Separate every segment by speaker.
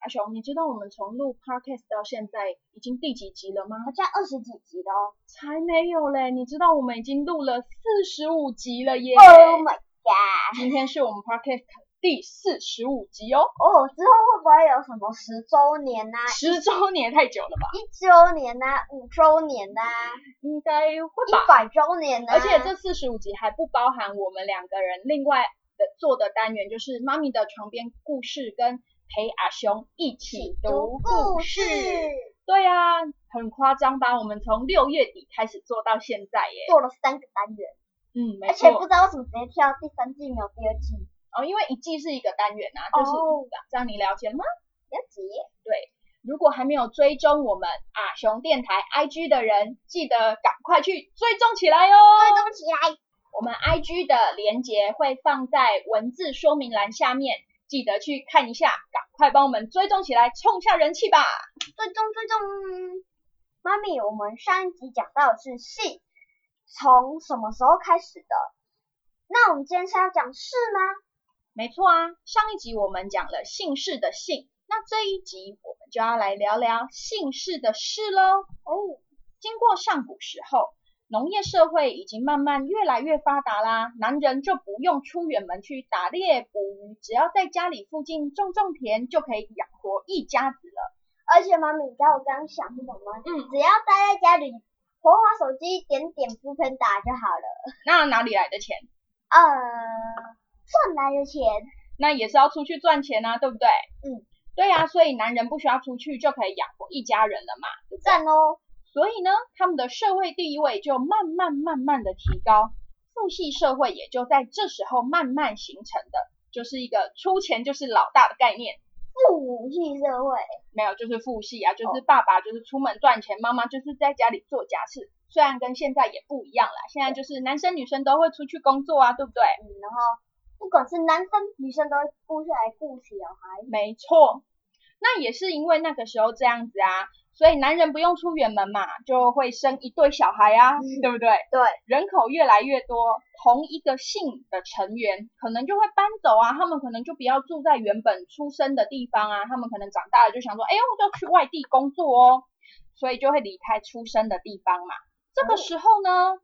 Speaker 1: 阿熊，你知道我们从录 Podcast 到现在已经第几集了吗？
Speaker 2: 好像二十几集的哦。
Speaker 1: 才没有嘞！你知道我们已经录了四十五集了耶
Speaker 2: Oh my god！
Speaker 1: 今天是我们 Podcast 第四十五集哦，
Speaker 2: 哦，之后会不会有什么十周年呐、
Speaker 1: 十周年也太久了吧？
Speaker 2: 一周年呐、五周年呐、
Speaker 1: 应该会吧啊
Speaker 2: 一。百周年啊呐、
Speaker 1: 而且这四十五集还不包含我们两个人另外的做的单元，就是妈咪的床边故事跟陪阿熊一起读故事。对啊，很夸张吧？我们从六月底开始做到现在耶。
Speaker 2: 做了三个单元，
Speaker 1: 嗯，没
Speaker 2: 而且不
Speaker 1: 错。
Speaker 2: 知道为什么直接跳到第三季没有第二季，
Speaker 1: 哦，因为一季是一个单元啊，就是
Speaker 2: 哦
Speaker 1: 五个。这样你了解了吗？
Speaker 2: 了解？
Speaker 1: 如果还没有追踪我们阿熊电台 IG 的人，记得赶快去追踪起来哟、哦。
Speaker 2: 对，动起来，
Speaker 1: 我们 IG 的连接会放在文字说明栏下面，记得去看一下，赶快帮我们追踪起来，冲一下人气吧！
Speaker 2: 最终最终，妈咪，我们上一集讲到的是戏，从什么时候开始的？那我们今天是要讲事吗？
Speaker 1: 没错啊，上一集我们讲了姓氏的姓，那这一集我们就要来聊聊姓氏的氏喽。哦，经过上古时候，农业社会已经慢慢越来越发达啦，男人就不用出远门去打猎捕鱼，只要在家里附近种种田就可以养活一家子了。
Speaker 2: 而且妈咪，你知道我刚刚想什么吗？
Speaker 1: 嗯，
Speaker 2: 只要待在家里，滑滑手机，点点不喷打就好了。
Speaker 1: 那哪里来的钱？
Speaker 2: 呃，赚来的钱，
Speaker 1: 那也是要出去赚钱啊，对不对？
Speaker 2: 嗯，
Speaker 1: 对啊，所以男人不需要出去就可以养活一家人了嘛，对不对？
Speaker 2: 赞哦。
Speaker 1: 所以呢，他们的社会地位就慢慢慢慢的提高，父系社会也就在这时候慢慢形成的，就是一个出钱就是老大的概念，
Speaker 2: 父母系社会，
Speaker 1: 没有就是父系啊，
Speaker 2: 哦
Speaker 1: 就是爸爸就是出门赚钱，妈妈就是在家里做家事。虽然跟现在也不一样啦，现在就是男生女生都会出去工作啊，对不对？
Speaker 2: 嗯，然后不管是男生女生都会顾下来顾小孩。
Speaker 1: 没错，那也是因为那个时候这样子啊，所以男人不用出远门嘛，就会生一对小孩啊，
Speaker 2: 嗯
Speaker 1: 对不对？
Speaker 2: 对，
Speaker 1: 人口越来越多，同一个姓的成员可能就会搬走啊，他们可能就不要住在原本出生的地方啊，他们可能长大了就想说，哎呦，我就去外地工作哦，所以就会离开出生的地方嘛。这
Speaker 2: 哦
Speaker 1: 个时候呢，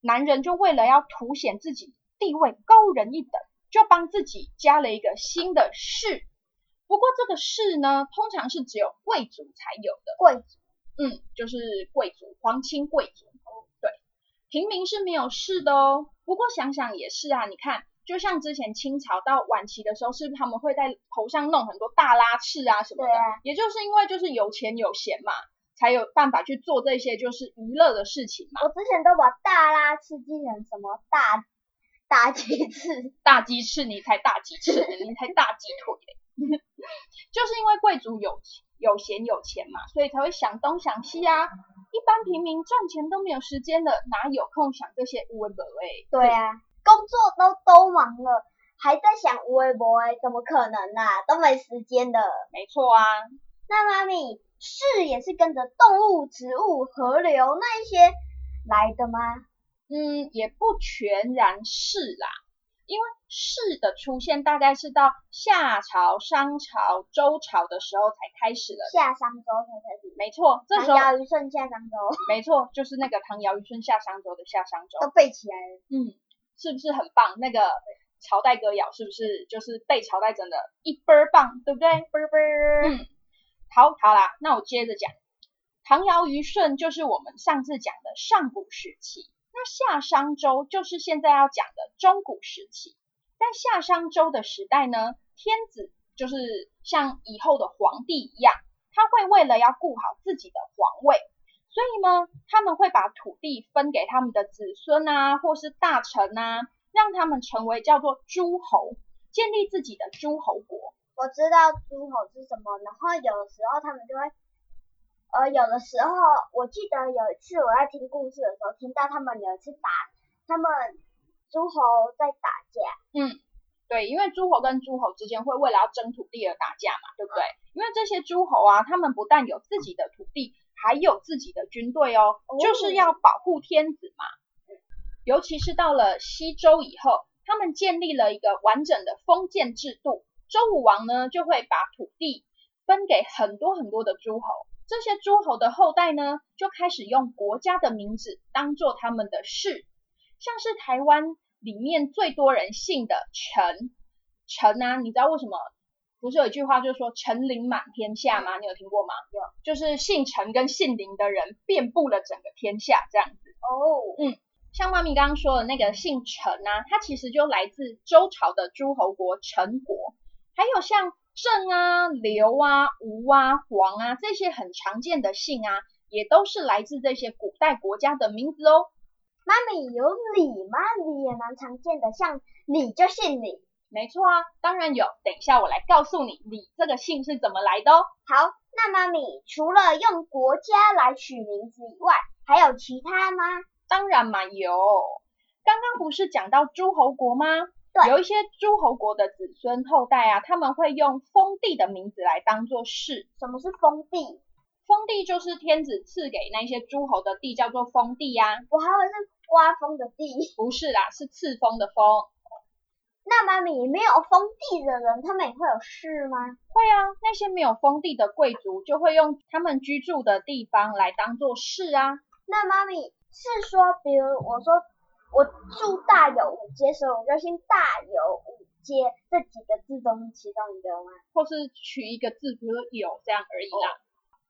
Speaker 1: 男人就为了要凸显自己地位高人一等，就帮自己加了一个新的氏。不过这个氏呢，通常是只有贵族才有的。
Speaker 2: 贵族
Speaker 1: 嗯，就是贵族，皇亲贵族。哦对，平民是没有事的哦。不过想想也是啊，你看，就像之前清朝到晚期的时候，是不是他们会在头上弄很多大拉翅啊什么的？
Speaker 2: 对啊
Speaker 1: 也就是因为就是有钱有闲嘛，才有办法去做这些就是娱乐的事情嘛。
Speaker 2: 我之前都把大拉刺激成什么大大鸡翅，
Speaker 1: 大鸡翅，你才大鸡翅，你才大鸡腿 嘞。就是因为贵族有有闲有钱嘛，所以才会想东想西啊。一般平民赚钱都没有时间的，哪有空想这些无为不为？
Speaker 2: 对啊，工作都都忙了，还在想微博，哎怎么可能啊？都没时间的。
Speaker 1: 没错啊，
Speaker 2: 那妈咪是也是跟着动物、植物、河流那一些来的吗？
Speaker 1: 嗯，也不全然是啦，因为是的出现大概是到夏朝、商朝、周朝的时候才开始的。
Speaker 2: 夏商周才开始，
Speaker 1: 没错，这时候
Speaker 2: 唐尧虞舜夏商周
Speaker 1: 没错，就是那个唐尧虞舜夏商周的夏商周。
Speaker 2: 都背起来了。
Speaker 1: 嗯，是不是很棒？那个朝代歌谣是不是就是被朝代整的一倍儿棒，对不对？倍儿倍儿。嗯，好，好啦，那我接着讲。唐尧虞舜就是我们上次讲的上古时期，那夏商周就是现在要讲的中古时期。在夏商周的时代呢，天子就是像以后的皇帝一样，他会为了要顾好自己的皇位，所以呢，他们会把土地分给他们的子孙啊，或是大臣啊，让他们成为叫做诸侯，建立自己的诸侯国。
Speaker 2: 我知道诸侯是什么，然后有的时候他们就会，呃，有的时候我记得有一次我在听故事的时候，听到他们呃有一次打，他们诸侯在打架，
Speaker 1: 嗯，对，因为诸侯跟诸侯之间会为了要争土地而打架嘛，对不对？因为这些诸侯啊，他们不但有自己的土地，还有自己的军队哦，就是要保护天子嘛。尤其是到了西周以后，他们建立了一个完整的封建制度，周武王呢就会把土地分给很多很多的诸侯。这些诸侯的后代呢，就开始用国家的名字当做他们的氏，像是台湾里面最多人姓的陈，陈啊，你知道为什么？不是有一句话就是说“陈林满天下”吗？你有听过吗？
Speaker 2: 有，
Speaker 1: 就是姓陈跟姓林的人遍布了整个天下，这样子。
Speaker 2: 哦，
Speaker 1: 像妈咪刚刚说的那个姓陈啊，它其实就来自周朝的诸侯国陈国，还有像郑啊、刘啊、吴啊、黄啊这些很常见的姓啊，也都是来自这些古代国家的名字哦。
Speaker 2: 妈咪有李吗？李也蛮常见的，像李就姓李。
Speaker 1: 没错啊，当然有。等一下我来告诉你，李这个姓是怎么来的哦。
Speaker 2: 好，那妈咪除了用国家来取名字以外，还有其他吗？
Speaker 1: 当然嘛，有。刚刚不是讲到诸侯国吗？
Speaker 2: 对
Speaker 1: 有一些诸侯国的子孙后代啊，他们会用封地的名字来当做氏。
Speaker 2: 什么是封地？
Speaker 1: 封地就是天子赐给那些诸侯的地，叫做封地呀、
Speaker 2: 我还以为是刮风的地。
Speaker 1: 不是啦，是赐封的封。
Speaker 2: 那妈咪没有封地的人，他们也会有事吗？
Speaker 1: 会啊，那些没有封地的贵族就会用他们居住的地方来当做氏啊。
Speaker 2: 那妈咪是说，比如我说我住大有五街，所以我就姓大有五街这几个字中其中一个吗？
Speaker 1: 或是取一个字，比如说“有”这样而已啦。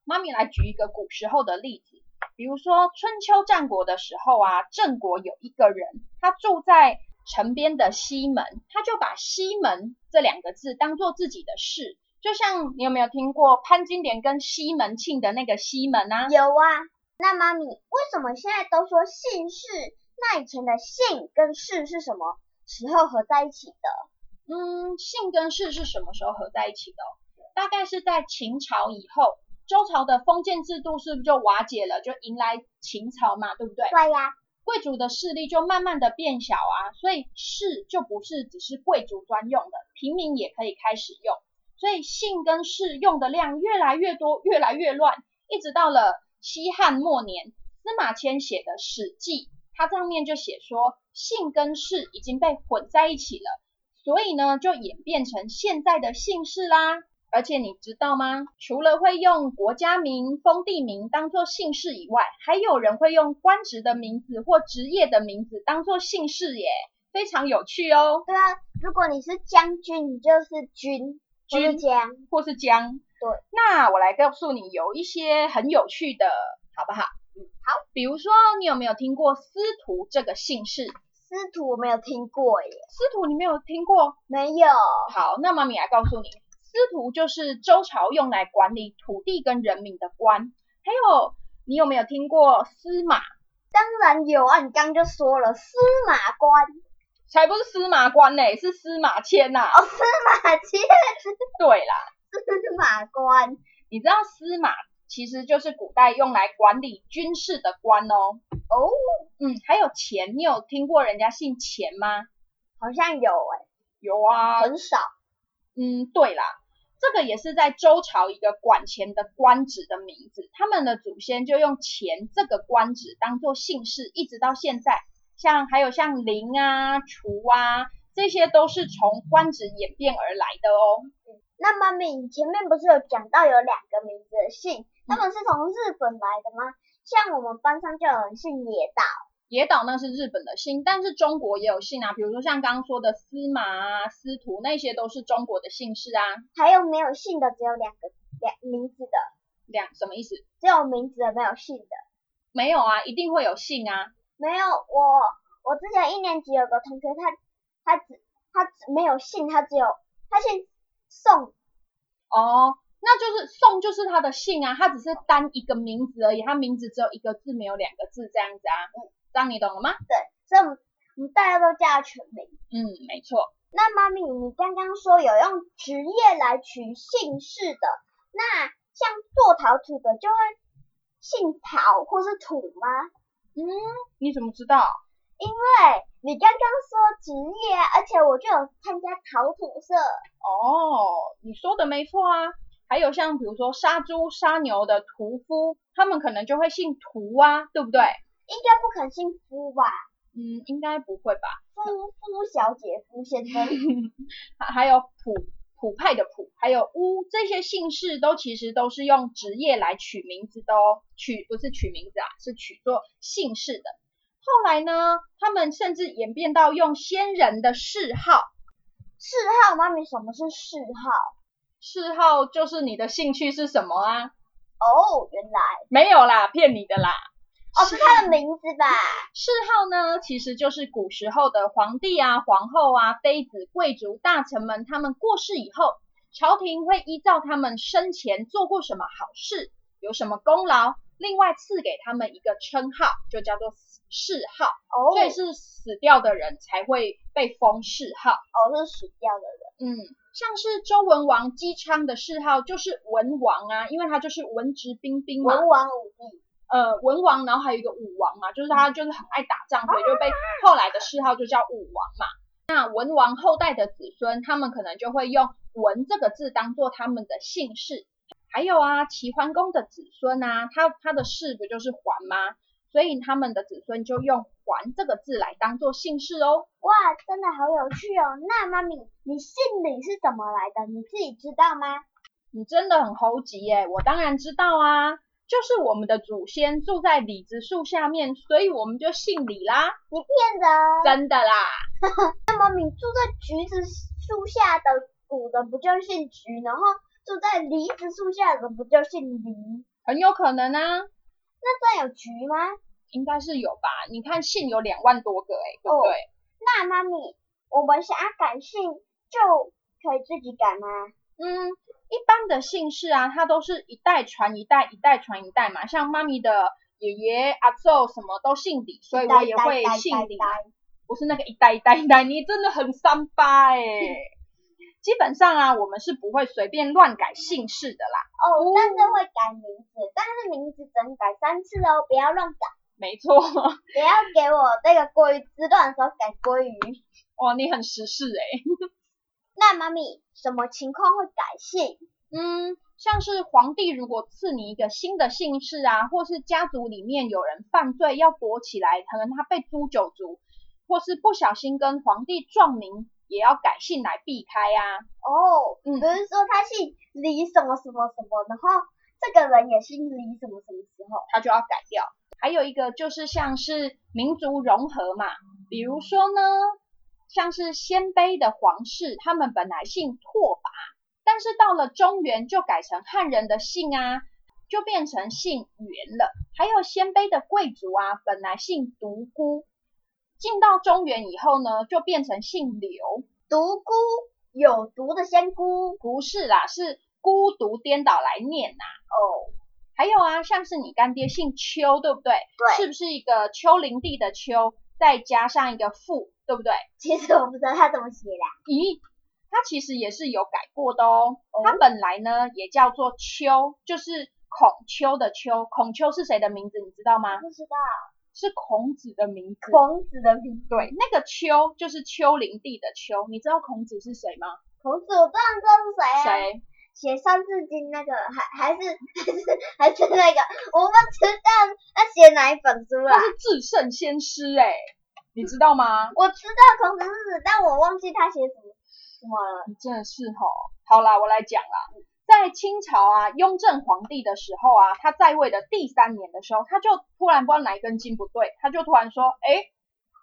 Speaker 1: 妈咪来举一个古时候的例子，比如说春秋战国的时候啊，郑国有一个人，他住在城边的西门，他就把西门这两个字当做自己的氏，就像你有没有听过潘金莲跟西门庆的那个西门啊？
Speaker 2: 有啊。那妈咪为什么现在都说姓氏？那以前的姓跟氏是什么时候合在一起的？
Speaker 1: 嗯，姓跟氏是什么时候合在一起的哦？大概是在秦朝以后，周朝的封建制度是不是就瓦解了，就迎来秦朝嘛，对不对？
Speaker 2: 对呀、
Speaker 1: 贵族的势力就慢慢的变小啊，所以氏就不是只是贵族专用的，平民也可以开始用。所以姓跟氏用的量越来越多，越来越乱，一直到了西汉末年，司马迁写的《史记》，他上面就写说姓跟氏已经被混在一起了，所以呢就演变成现在的姓氏啦。而且你知道吗？除了会用国家名、封地名当做姓氏以外，还有人会用官职的名字或职业的名字当做姓氏耶，非常有趣哦。
Speaker 2: 对啊。如果你是将军，你就是军，或是
Speaker 1: 军
Speaker 2: 将。
Speaker 1: 或是江。
Speaker 2: 对，
Speaker 1: 那我来告诉你有一些很有趣的，好不好？嗯，好。比如说，你有没有听过司徒这个姓氏？
Speaker 2: 司徒我没有听过耶，
Speaker 1: 司徒你没有听过？
Speaker 2: 没有。
Speaker 1: 好，那妈咪来告诉你，司徒就是周朝用来管理土地跟人民的官。还有，你有没有听过司马？
Speaker 2: 当然有啊，你刚刚就说了司马官，
Speaker 1: 才不是司马官嘞、是司马迁呐、
Speaker 2: 哦，司马迁，
Speaker 1: 对啦，
Speaker 2: 司马官。
Speaker 1: 你知道司马其实就是古代用来管理军事的官哦。
Speaker 2: 哦，
Speaker 1: 嗯，还有钱，你有听过人家姓钱吗？
Speaker 2: 好像有哎、
Speaker 1: 有啊，
Speaker 2: 很少。
Speaker 1: 嗯，对啦，这个也是在周朝一个管钱的官职的名字，他们的祖先就用钱这个官职当做姓氏，一直到现在。像还有像林啊、厨啊，这些都是从官职演变而来的哦。
Speaker 2: 那妈咪，你前面不是有讲到有两个名字的姓，他们是从日本来的吗？像我们班上就有人姓野岛，
Speaker 1: 野岛那是日本的姓，但是中国也有姓啊，比如说像刚刚说的司马啊、司徒那些都是中国的姓氏啊。
Speaker 2: 还有没有姓的只有两个两名字的？
Speaker 1: 两什么意思？
Speaker 2: 只有名字没有姓的。
Speaker 1: 没有啊，一定会有姓啊。
Speaker 2: 没有，我我之前一年级有个同学，他他只他只没有姓，他只有他姓宋，
Speaker 1: 哦，那就是宋就是他的姓啊，他只是单一个名字而已，他名字只有一个字，没有两个字这样子啊。这样你懂了吗？
Speaker 2: 所以我们我们大家都叫他全名。
Speaker 1: 嗯，没错。
Speaker 2: 那妈咪，你刚刚说有用职业来取姓氏的，那像做陶土的就会姓陶或是土吗？
Speaker 1: 嗯，你怎么知道？
Speaker 2: 对，你刚刚说职业，而且我就有参加陶土社，
Speaker 1: 哦，你说的没错啊。还有像比如说杀猪、杀牛的屠夫，他们可能就会姓屠啊，对不对？
Speaker 2: 应该不肯姓夫吧？
Speaker 1: 嗯，应该不会吧？
Speaker 2: 夫夫小姐、夫先生，
Speaker 1: 还还有普普派的普，还有乌这些姓氏都其实都是用职业来取名字的哦，取不是取名字啊，是取做姓氏的。后来呢，他们甚至演变到用先人的谥号，
Speaker 2: 嗜好，妈咪，什么是嗜好？
Speaker 1: 谥号就是你的兴趣是什么啊？
Speaker 2: 哦，原来
Speaker 1: 没有啦，骗你的啦。
Speaker 2: 哦是他的名字吧？
Speaker 1: 谥号呢，其实就是古时候的皇帝啊、皇后啊、妃子、贵族、大臣们，他们过世以后，朝廷会依照他们生前做过什么好事、有什么功劳，另外赐给他们一个称号，就叫做谥号。
Speaker 2: 哦，
Speaker 1: 所以是死掉的人才会被封谥号。
Speaker 2: 哦是死掉的
Speaker 1: 嗯，
Speaker 2: 人，
Speaker 1: 像是周文王姬昌的谥号就是文王啊，因为他就是文质彬彬嘛。
Speaker 2: 文王武帝。
Speaker 1: 呃文王，然后还有一个武王嘛，就是他就是很爱打仗，所以就被后来的谥号就叫武王嘛。那文王后代的子孙，他们可能就会用“文”这个字当做他们的姓氏。还有啊，齐桓公的子孙啊，他他的氏不就是桓吗？所以他们的子孙就用“桓”这个字来当做姓氏哦。
Speaker 2: 哇，真的好有趣哦！那妈咪，你姓李是怎么来的？你自己知道吗？
Speaker 1: 你真的很猴急耶！我当然知道啊，就是我们的祖先住在李子树下面，所以我们就姓李啦，
Speaker 2: 骗人！
Speaker 1: 真的啦。
Speaker 2: 妈咪住在橘子树下的古人不就姓橘，然后住在梨子树下的不就姓梨？
Speaker 1: 很有可能啊，
Speaker 2: 那真有橘吗？
Speaker 1: 应该是有吧。你看信有两万多个、欸，哎，对不对？
Speaker 2: 那妈咪，我们想要改姓就可以自己改吗？
Speaker 1: 嗯，一般的姓氏啊，它都是一代传一代，一代传一代嘛。像妈咪的爷爷、阿昼什么都姓李，所以我也会姓李。不是那个一代一代一代，你真的很三八 哎、基本上啊，我们是不会随便乱改姓氏的啦。
Speaker 2: 哦，但是会改名字，但是名字只能改三次哦，不要乱改，
Speaker 1: 没错，
Speaker 2: 不要给我这个鲑鱼之乱的时候改鲑鱼。
Speaker 1: 哇，你很时事哎、
Speaker 2: 那妈咪，什么情况会改姓？
Speaker 1: 嗯，像是皇帝如果赐你一个新的姓氏啊，或是家族里面有人犯罪要躲起来，可能他被诛九族，或是不小心跟皇帝撞名，也要改姓来避开啊。
Speaker 2: 哦，
Speaker 1: 嗯
Speaker 2: 比如说他姓李什么什么什么，然后这个人也姓李什么什么时候？
Speaker 1: 他就要改掉。还有一个就是像是民族融合嘛，比如说呢，像是鲜卑的皇室，他们本来姓拓跋，但是到了中原就改成汉人的姓啊，就变成姓元了。还有鲜卑的贵族啊，本来姓独孤，进到中原以后呢，就变成姓刘，
Speaker 2: 独孤有毒的仙姑
Speaker 1: 不是啦，是孤独颠倒来念呐、
Speaker 2: 哦，
Speaker 1: 还有啊，像是你干爹姓邱，对不对？
Speaker 2: 对
Speaker 1: 是不是一个丘陵地的丘，再加上一个父，对不对？
Speaker 2: 其实我不知道他怎么写的啊。
Speaker 1: 咦，它其实也是有改过的哦。
Speaker 2: 哦
Speaker 1: 它本来呢也叫做丘，就是孔丘的丘。孔丘是谁的名字？你知道吗？
Speaker 2: 不知道
Speaker 1: 是孔子的名字。
Speaker 2: 孔子的名字，
Speaker 1: 对，那个丘就是丘陵地的丘。你知道孔子是谁吗？
Speaker 2: 孔子我当然知道是谁啊，
Speaker 1: 谁？
Speaker 2: 写《三字经》那个，还还是还是还是那个，我不知道他写哪一本书
Speaker 1: 他
Speaker 2: 啊。
Speaker 1: 是至圣先师哎、你知道吗？
Speaker 2: 我知道孔子是谁，但我忘记他写什么什么了。
Speaker 1: 你真的是吼，好啦，我来讲啦。在清朝啊，雍正皇帝的时候啊，他在位的第三年的时候，他就突然不知道哪一根筋不对，他就突然说：“哎，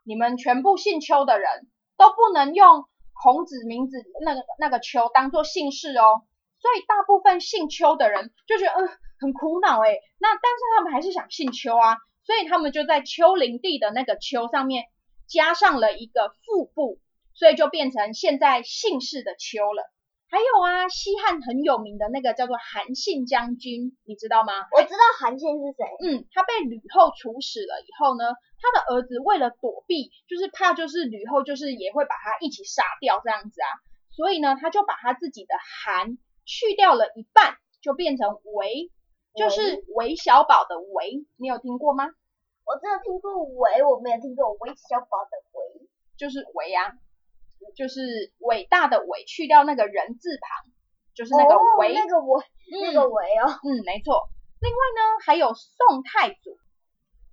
Speaker 1: 你们全部姓邱的人都不能用孔子名字那个那个邱当做姓氏哦。”所以大部分姓邱的人就觉得嗯、呃、很苦恼诶、那但是他们还是想姓邱啊，所以他们就在丘陵地的那个丘上面加上了一个副部，所以就变成现在姓氏的邱了。还有啊，西汉很有名的那个叫做韩信将军，你知道吗？
Speaker 2: 我知道韩信是谁，
Speaker 1: 嗯，他被吕后处死了以后呢，他的儿子为了躲避，就是怕就是吕后就是也会把他一起杀掉这样子啊，所以呢，他就把他自己的韩去掉了一半，就变成韦，就是韦小宝的韦，你有听过吗？
Speaker 2: 我只有听过韦，我没有听过韦小宝的韦。
Speaker 1: 就是韦啊，就是伟大的伟，去掉那个人字旁，就是那个
Speaker 2: 哦
Speaker 1: 韦，
Speaker 2: 那个韦，那个韦哦，
Speaker 1: 嗯，没错。另外呢，还有宋太祖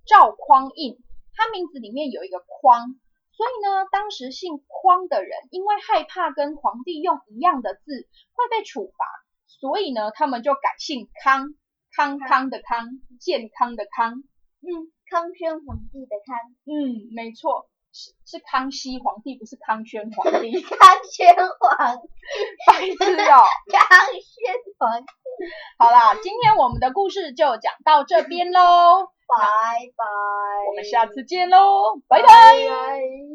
Speaker 1: 赵匡胤，他名字里面有一个匡，所以呢，当时姓匡的人因为害怕跟皇帝用一样的字会被处罚，所以呢，他们就改姓康，康康的康，健康的康。嗯
Speaker 2: 康宣皇帝的康，
Speaker 1: 嗯，没错，是是康熙皇帝，不是康宣皇帝，
Speaker 2: 康宣皇，
Speaker 1: 白痴哦。
Speaker 2: 康宣皇，
Speaker 1: 好啦，今天我们的故事就讲到这边喽，
Speaker 2: 拜拜，
Speaker 1: 我们下次见喽，拜拜。
Speaker 2: 拜